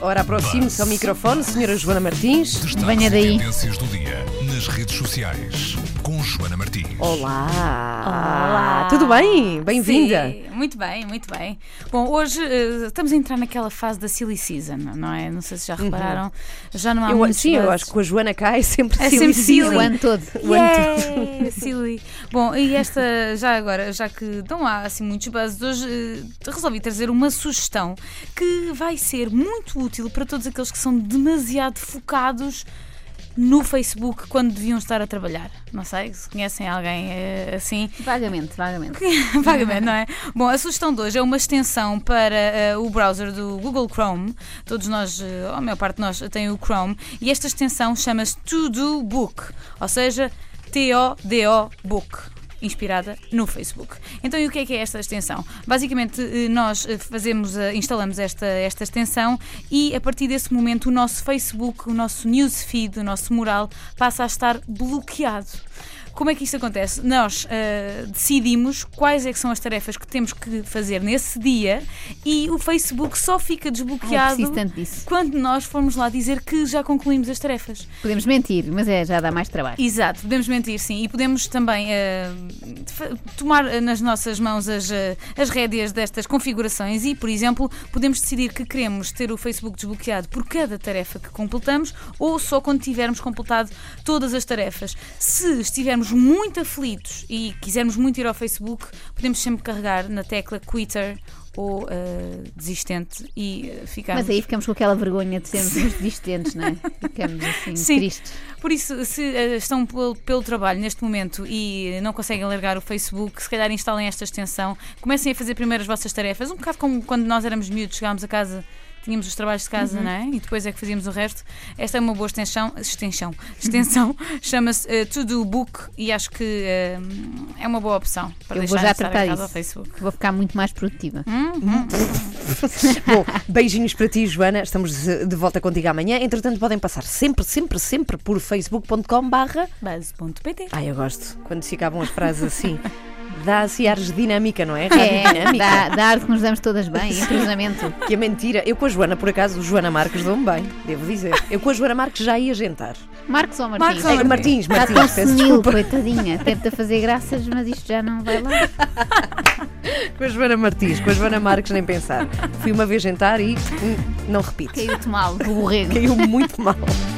Ora, aproxime-se ao microfone, senhora Joana Martins. Venha e daí. tendências do dia nas redes sociais com Joana Martins. Olá! Olá. Ah, Tudo bem? Bem-vinda! Sim, Muito bem, muito bem. Bom, hoje eh, estamos a entrar naquela fase da silly season, não é? Não sei se já repararam. Já não há Uhum. Eu, muitos sim, eu buzzes. acho que a Joana cá é sempre É silly, sempre silly. season. O O ano ano todo. Yay, silly. Bom, e esta, já agora, já que não há assim muitos buzzes, hoje eh, resolvi trazer uma sugestão que vai ser muito útil para todos aqueles que são demasiado focados no Facebook quando deviam estar a trabalhar. Não sei se conhecem alguém eh, assim. Vagamente, vagamente. Vagamente, não é? Bom, a sugestão de hoje é uma extensão para eh, o browser do Google Chrome. Todos nós, eh, a maior parte de nós, tem o Chrome. E esta extensão chama-se To Do Book, ou seja, T-O-D-O Book. Inspirada no Facebook. Então, e o que é que é esta extensão? Basicamente, eh, nós eh, fazemos, eh, instalamos esta, esta extensão e a partir desse momento o nosso Facebook, o nosso newsfeed, o nosso mural passa a estar bloqueado. Como é que isto acontece? Nós ah, decidimos quais é que são as tarefas que temos que fazer nesse dia e o Facebook só fica Ai, desbloqueado preciso tanto disso. quando nós formos lá dizer que já concluímos as tarefas. Podemos mentir, mas é, já dá mais trabalho. Exato, podemos mentir, sim. E podemos também eh, fa- tomar eh, nas nossas mãos as, eh, as rédeas destas configurações e, por exemplo, podemos decidir que queremos ter o Facebook desbloqueado por cada tarefa que completamos ou só quando tivermos completado todas as tarefas. Se estivermos muito aflitos e quisermos muito ir ao Facebook, podemos sempre carregar na tecla Quitter ou eh, desistente e eh, ficarmos. Mas é aí ficamos com aquela vergonha de sermos uns desistentes, não é? Ficamos assim, Sim. tristes. Por isso, se eh, estão pelo, pelo trabalho neste momento e não conseguem largar o Facebook, se calhar instalem esta extensão, comecem a fazer primeiro as vossas tarefas, um bocado como quando nós éramos miúdos, chegámos a casa. Tínhamos os trabalhos de Uhum. casa, não é? E depois é que fazíamos o resto. Esta é uma boa extensão. Extensão. Extensão. Chama-se eh, To Do Book e acho que eh, é uma boa opção para Eu vou deixar de já estar tratar a casa ao disso. Uhum. Facebook. Uhum. Vou ficar muito mais produtiva. Bom, beijinhos para ti, Joana. Estamos eh, de volta contigo amanhã. Entretanto, podem passar sempre, sempre, sempre por facebook.com/barra Base.pt Ai, eu gosto. Quando ficavam as frases assim, dá-se ares de dinâmica, não é? É, Radiodinâmica. dá, dá ar que nos damos todas bem, em cruzamento. Que é mentira. Eu com a Joana, por acaso, Joana Marques dou-me bem, devo dizer. Eu com a Joana Marques já ia jantar. Marcos ou Marcos Martins? ou Ei, Martins, Está Martins, tão peço senil, desculpa. coitadinha. Tenta fazer graças, mas isto já não vai lá. Com a Joana Martins, com a Joana Marques, nem pensar. Fui uma vez jantar e hum, não repito. Caiu-te mal, o borrego. Caiu muito mal.